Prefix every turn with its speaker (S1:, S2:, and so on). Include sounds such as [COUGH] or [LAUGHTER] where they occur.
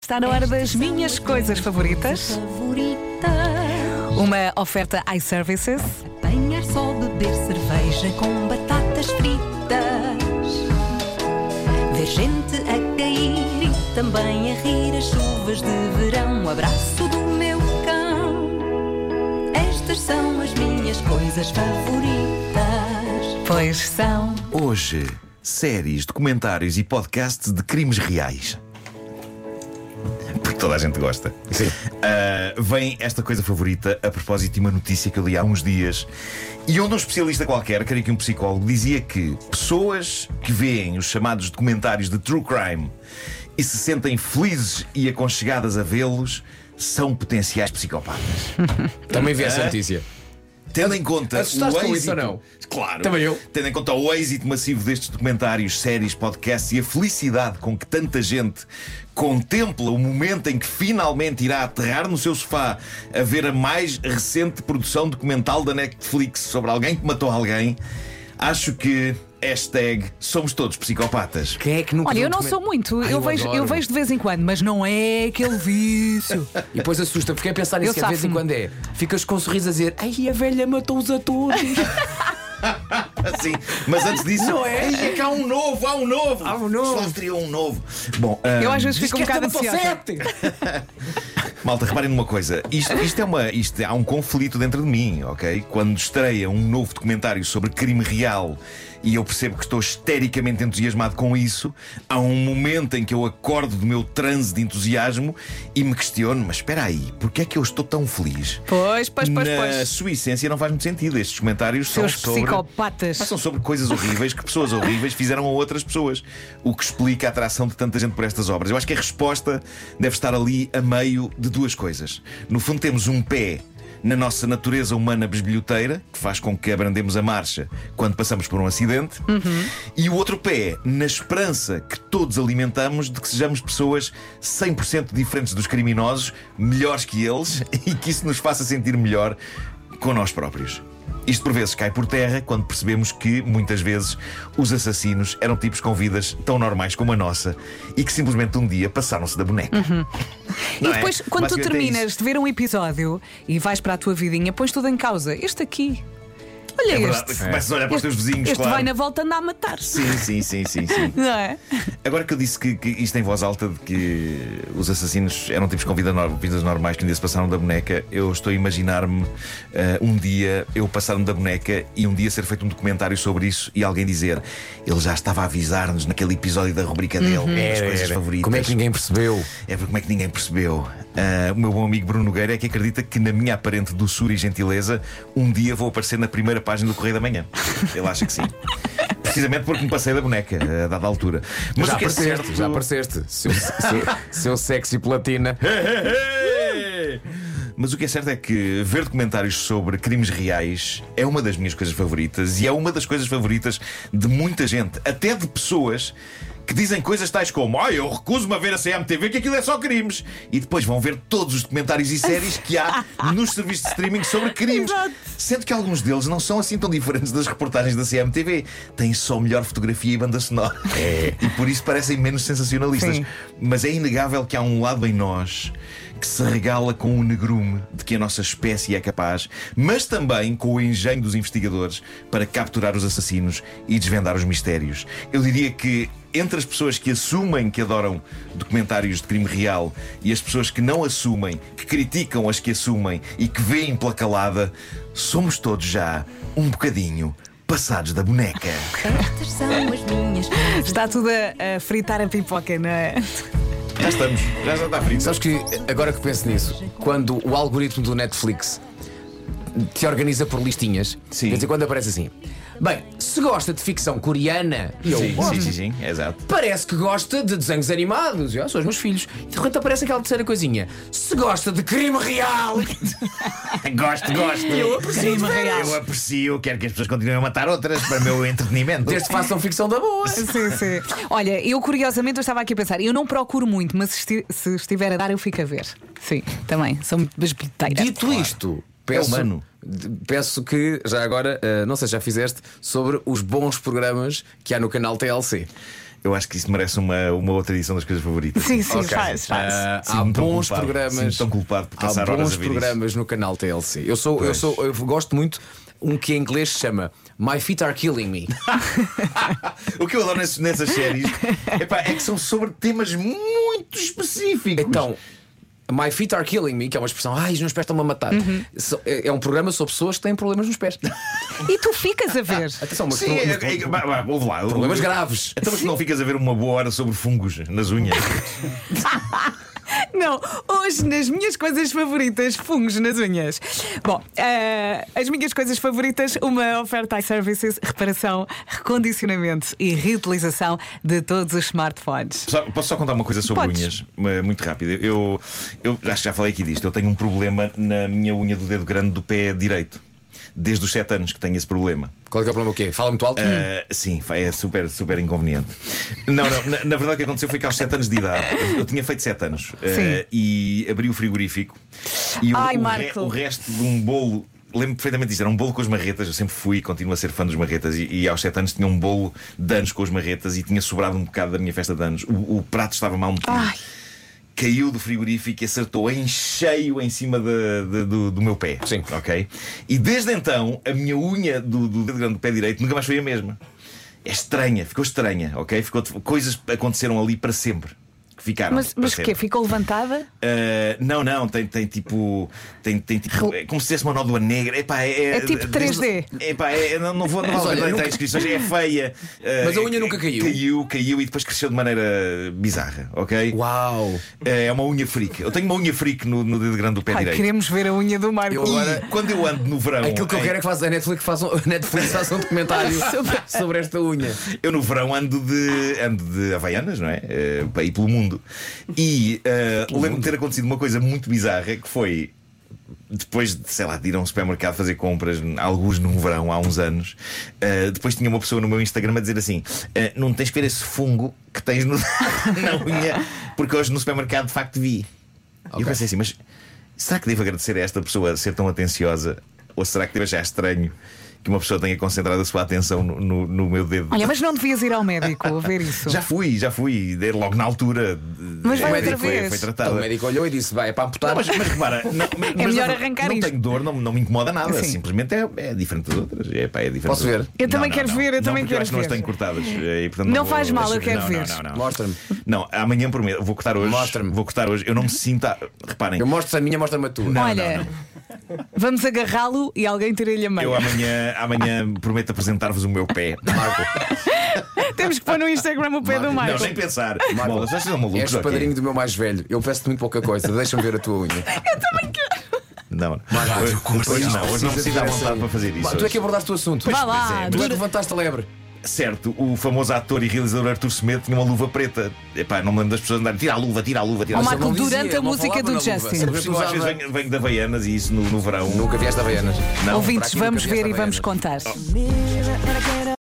S1: Está na hora é das minhas coisas favoritas.
S2: Favoritas.
S1: Uma oferta iServices.
S2: Apanhar só, beber cerveja com batatas fritas. Ver gente a cair e também a rir as chuvas de verão. Um abraço do meu cão. Estas são as minhas coisas favoritas.
S1: Pois são.
S3: Hoje, séries, documentários e podcasts de crimes reais. Porque toda a gente gosta. Ah, vem esta coisa favorita a propósito de uma notícia que eu li há uns dias e onde um especialista qualquer, creio que um psicólogo, dizia que pessoas que veem os chamados documentários de true crime e se sentem felizes e aconchegadas a vê-los são potenciais psicopatas.
S4: Também vi essa notícia.
S3: Tendo em conta
S4: Assustaste
S3: o
S4: com
S3: êxito,
S4: isso ou não?
S3: Claro.
S4: Também eu.
S3: Tendo em conta o êxito massivo destes documentários, séries, podcasts e a felicidade com que tanta gente contempla o momento em que finalmente irá aterrar no seu sofá a ver a mais recente produção documental da Netflix sobre alguém que matou alguém, acho que hashtag somos todos psicopatas. [LAUGHS]
S4: Quem é que nunca
S1: Olha,
S3: um
S4: viu
S1: eu não
S4: document-
S1: sou muito.
S4: Ai,
S1: eu, vejo, eu
S4: adoro.
S1: vejo de vez em quando, mas não é aquele
S3: [LAUGHS]
S1: vício.
S4: E depois assusta, porque é pensar
S1: um- Eu
S4: nisso que de vez em
S1: safo-me.
S4: quando é. Ficas com um sorriso a dizer: Ai, a velha matou-os
S1: [LAUGHS]
S4: a todos.
S1: um
S3: Assim, mas antes disso,
S4: Não é?
S3: "Ei, que há um novo, há um novo.
S4: Há um novo.
S3: Só teria um novo. Bom,
S1: Eu
S3: ah,
S1: às vezes
S4: Diz
S1: fico um
S4: que esta
S1: bocado
S4: matou
S1: ansiosa.
S4: sete.
S3: Malta, reparem numa coisa. Isto, isto é uma, isto, há um conflito dentro de mim, ok? Quando estreia um novo documentário sobre crime real e eu percebo que estou estericamente entusiasmado com isso, há um momento em que eu acordo do meu transe de entusiasmo e me questiono: mas espera aí, porquê é que eu estou tão feliz?
S1: Pois, pois, pois,
S3: Na
S1: pois.
S3: sua essência não faz muito sentido. Estes comentários
S1: Seus
S3: são sobre.
S1: psicopatas.
S3: Mas são sobre coisas horríveis que pessoas horríveis fizeram a outras pessoas. O que explica a atração de tanta gente por estas obras. Eu acho que a resposta deve estar ali a meio de duas coisas. No fundo, temos um pé. Na nossa natureza humana besbilhoteira, que faz com que abrandemos a marcha quando passamos por um acidente, e o outro pé, na esperança que todos alimentamos de que sejamos pessoas 100% diferentes dos criminosos, melhores que eles, [LAUGHS] e que isso nos faça sentir melhor com nós próprios. Isto por vezes cai por terra quando percebemos que, muitas vezes, os assassinos eram tipos com vidas tão normais como a nossa e que simplesmente um dia passaram-se da boneca. [LAUGHS] Não
S1: Uhum. E
S3: é?
S1: depois, quando tu
S3: Basicamente é
S1: terminas de ver um episódio e vais para a tua vidinha, pões tudo em causa. Este aqui. Olha
S3: isso. É verdade,
S1: este.
S3: Começas a olhar para os teus vizinhos,
S1: Este
S3: claro.
S1: vai na volta andar a matar-se.
S3: Sim, sim, sim,
S1: [LAUGHS]
S3: sim, sim.
S1: Não é?
S3: Agora que eu disse que, que isto em voz alta de que os assassinos eram tipos com vida nor- vidas normais que um dia se passaram da boneca, eu estou a imaginar-me eh, um dia eu passar-me da boneca e um dia ser feito um documentário sobre isso e alguém dizer ele já estava a avisar-nos naquele episódio da rubrica dele,
S1: Uhum.
S4: Hum,
S3: das coisas favoritas.
S4: Como é que ninguém percebeu?
S3: É porque como é que ninguém percebeu? Ah, o meu bom amigo Bruno Nogueira é que acredita que, na minha aparente doçura e gentileza, um dia vou aparecer na primeira página do Correio da Manhã. Ele acha
S4: [LAUGHS]
S3: que sim. Precisamente porque me passei da boneca, a dada altura. Mas
S4: já
S3: o que é
S4: apareceste,
S3: certo.
S4: já apareceste. Seu, seu, seu sexy platina.
S3: [LAUGHS] Mas o que é certo é que ver documentários sobre crimes reais é uma das minhas coisas favoritas e é uma das coisas favoritas de muita gente, até de pessoas que dizem coisas tais como: Ah, eu recuso-me a ver a CMTV que aquilo é só crimes. E depois vão ver todos os documentários e séries
S1: [LAUGHS]
S3: que há nos serviços de streaming sobre crimes.
S1: Exato.
S3: Sendo que alguns deles não são assim tão diferentes das reportagens da CMTV. Têm só melhor fotografia e banda sonora. E por isso parecem menos sensacionalistas.
S1: É. Sim.
S3: Mas é inegável que há um lado em nós que se regala com o negrume de que a nossa espécie é capaz, mas também com o engenho dos investigadores para capturar os assassinos e desvendar os mistérios. Eu diria que entre as pessoas que assumem que adoram documentários de crime real e as pessoas que não assumem, que criticam as que assumem e que veem pela calada, somos todos já um bocadinho passados da boneca.
S2: Estas são as minhas coisas
S1: [LAUGHS] Está tudo a, a fritar a pipoca, não é?
S3: Já estamos, já já está frito.
S4: Sabes que agora que penso nisso, quando o algoritmo do Netflix te organiza por listinhas,
S3: Sim.
S4: de vez em quando aparece assim. Bem, se gosta de ficção coreana, e eu
S3: Sim,
S4: gosto.
S3: sim, sim, sim, exato.
S4: Parece que gosta de desenhos animados. Eu, ah, são os meus filhos. E de repente aparece aquela terceira coisinha. Se gosta de crime
S3: [LAUGHS]
S4: real.
S1: [LAUGHS]
S3: Gosto, gosto.
S4: Eu aprecio de veras.
S3: Eu aprecio, quero que as pessoas continuem a matar outras para o meu entretenimento.
S4: Desde que façam ficção da boa.
S1: Sim, sim. Olha, eu curiosamente eu estava aqui a pensar, eu não procuro muito, mas se, esti- se estiver a dar, eu fico a ver. Sim, também, sou muito bisbilheteira.
S4: Dito isto, peço,
S3: humano.
S4: de- peço que já agora, eh, não sei se já fizeste, sobre os bons programas que há no canal TLC.
S3: Eu acho que isso merece uma, uma outra edição das coisas favoritas.
S1: Sim, sim,
S4: Ok.
S1: faz, faz.
S4: Ah, há
S3: Sinto-me tão
S4: bons
S3: culpado.
S4: programas.
S3: Sinto-tão culpado por
S4: há
S3: passar horas
S4: bons
S3: a ver isso.
S4: programas no canal TLC. Eu sou, eu
S3: Pois.
S4: sou, eu gosto muito um que em inglês se chama My Feet Are Killing Me.
S3: [LAUGHS] O que eu adoro nessas, nessas séries epá, é que são sobre temas muito específicos.
S4: Então, My Feet Are Killing Me, que é uma expressão, ai, os meus pés estão-me a matar. So- É é um programa sobre pessoas que têm problemas nos [LAUGHS] pés.
S1: E tu ficas a ver.
S4: Atenção, mas
S3: Sim,
S4: pro-
S3: é,
S4: mas-
S3: é, é, vá, vá, ouve lá.
S4: problemas
S3: Eu-
S4: graves.
S3: Então, mas tu não ficas a ver uma boa hora sobre fungos nas unhas.
S4: [LAUGHS]
S1: Não, hoje nas minhas coisas favoritas, fungos nas unhas. Bom, eh, as minhas coisas favoritas, uma oferta iServices, reparação, recondicionamento e reutilização de todos os smartphones.
S3: Só- posso só contar uma coisa sobre
S1: Podes.
S3: unhas? Uma- Muito rápido. Eu, eu acho que já falei aqui disto. Eu tenho um problema na minha unha do dedo grande do pé direito. Desde os 7 anos que tenho esse problema.
S4: Qual é que é o problema? O quê? Fala muito alto?
S3: Ah, sim, é super, super inconveniente. Não, não, na, na verdade o que aconteceu foi que aos 7 anos de idade, eu, eu tinha feito 7 anos ah,
S1: Sim.
S3: e abri o frigorífico e o,
S1: Ai,
S3: o re-
S1: Marco.
S3: o resto de um bolo. Lembro perfeitamente disso, era um bolo com as marretas, eu sempre fui e continuo a ser fã dos marretas, e, e aos 7 anos tinha um bolo de anos com as marretas e tinha sobrado um bocado da minha festa de anos. O, o prato estava mal metido
S1: Ai.
S3: caiu do frigorífico e acertou em cheio em cima da- da- do, do meu pé.
S4: Sim.
S3: Ok? E desde então, a minha unha do, do dedo grande do pé direito nunca mais foi a mesma. É estranha, ficou estranha, ok? Ficou, coisas aconteceram ali para sempre. que Ficaram.
S1: Mas,
S3: para
S1: mas o quê?
S3: sempre.
S1: Ficou levantada?
S3: Ah, não, não, tem, tem tipo. Tem, tem tipo. É como se tivesse uma nódoa negra. Epá, é,
S1: É tipo 3D.
S3: Epá, é, não, não vou não
S4: Mas
S3: vou
S4: olha,
S3: ler
S4: nunca-
S3: as inscrições, é feia. Ah,
S4: Mas a unha
S3: é-
S4: nunca caiu.
S3: Caiu, caiu e depois cresceu de maneira bizarra, ok?
S4: Uau!
S3: É uma unha freak. Eu tenho uma unha freak no, no dedo grande do pé
S1: Ai,
S3: direito.
S1: queremos ver a unha do Marco.
S4: Eu agora-
S3: E quando eu ando no verão,
S4: Aquilo que eu
S3: em-
S4: quero é que faça a Netflix, faça um, [LAUGHS] a Netflix faça um documentário [LAUGHS] sobre, sobre esta unha.
S3: eu no verão ando de ando de Havaianas, não é? Eh, para ir pelo mundo. E eh, lembro de ter acontecido uma coisa muito bizarra que foi. Depois de, sei lá, de ir a um supermercado fazer compras, alguns num verão, há uns anos, eh, depois tinha uma pessoa no meu Instagram a dizer assim: eh, Não tens que ver esse fungo que tens no, [LAUGHS] na unha, porque hoje no supermercado de facto vi. E eu pensei assim: Mas será que devo agradecer a esta pessoa ser tão atenciosa? Ou será que devo achar estranho que uma pessoa tenha concentrado a sua atenção no, no- no meu dedo?
S1: Olha, mas não devias ir ao médico a ver isso.
S3: Já fui, já fui, de- logo na altura.
S1: Mas
S3: eh,
S1: vai
S3: foi-
S1: outra
S3: foi,
S1: vez.
S3: foi
S4: Então,
S3: tratada.
S4: o médico olhou e disse: vai, é para amputar.
S3: Não, mas, mas repara,
S1: [LAUGHS]
S3: não, mas- mas
S1: É melhor
S3: não-
S1: arrancar
S3: Não
S1: isto.
S3: tenho dor, não, não me incomoda nada.
S1: Sim.
S3: Simplesmente é, é diferente das outras. É, pá, é diferente
S4: Posso
S3: das
S4: ver?
S3: outras.
S1: Eu também
S3: Não, não,
S1: quero
S3: não.
S1: ver, eu
S3: Não,
S1: também
S3: porque
S1: quero
S3: acho que não as
S1: ver.
S3: tenho cortadas. eh, e, portanto,
S1: Não
S3: vou-
S1: faz mal, eu
S3: deixa-
S1: quero
S3: não,
S1: ver.
S3: Não, não, não.
S4: Mostra-me.
S3: Não, amanhã prometo. Vou cortar hoje.
S4: Mostra-me.
S3: Vou cortar hoje. Eu não me sinto. a- Reparem,
S4: Eu mostro a minha, mostra-me a tua.
S3: [LAUGHS] Não,
S1: Olha,
S3: não,
S1: vamos agarrá-lo e alguém tira-lhe a
S3: eu
S1: meia.
S3: amanhã, amanhã prometo apresentar-vos o meu
S1: [LAUGHS]
S3: pé.
S4: Marco,
S1: Temos que pôr no Instagram o pé do
S3: Não,
S4: Marco,
S1: Marco.
S3: nem pensar.
S4: Marco,
S3: Bolas, vocês são malucos.
S4: és o
S3: ok?
S4: padrinho do meu mais velho. Eu peço-te muito pouca coisa. Deixa-me ver a tua unha.
S3: Não, não. Hoje, hoje não, hoje não me sinto à vontade para fazer isso.
S4: Tu é
S3: hoje.
S4: que abordaste o assunto.
S1: Vá
S3: pois
S1: lá,
S3: é,
S4: Tu é que
S1: dura-
S4: levantaste a lebre.
S3: Certo, o famoso ator e realizador Arthur Semedo tinha uma luva preta. Epá, não me lembro das pessoas andarem, tira a luva, tira a luva, tira a
S1: Oh,
S3: luva.
S1: Marco,
S4: Ele não
S1: durante
S4: dizia,
S1: a
S4: ele não
S1: música
S4: falava
S1: do
S4: na luva.
S1: Justin.
S4: Ele
S3: Mas eu às vezes
S4: usava-
S3: venho, venho de Havaianas e isso no, no verão.
S4: Nunca vieste a Baianas.
S3: Não,
S1: Ouvintes,
S4: para aqui nunca
S1: vamos
S4: vieste
S1: ver
S4: a
S3: Oh,
S1: e vamos
S4: Havaianas.
S1: contar.
S2: mirror and I get up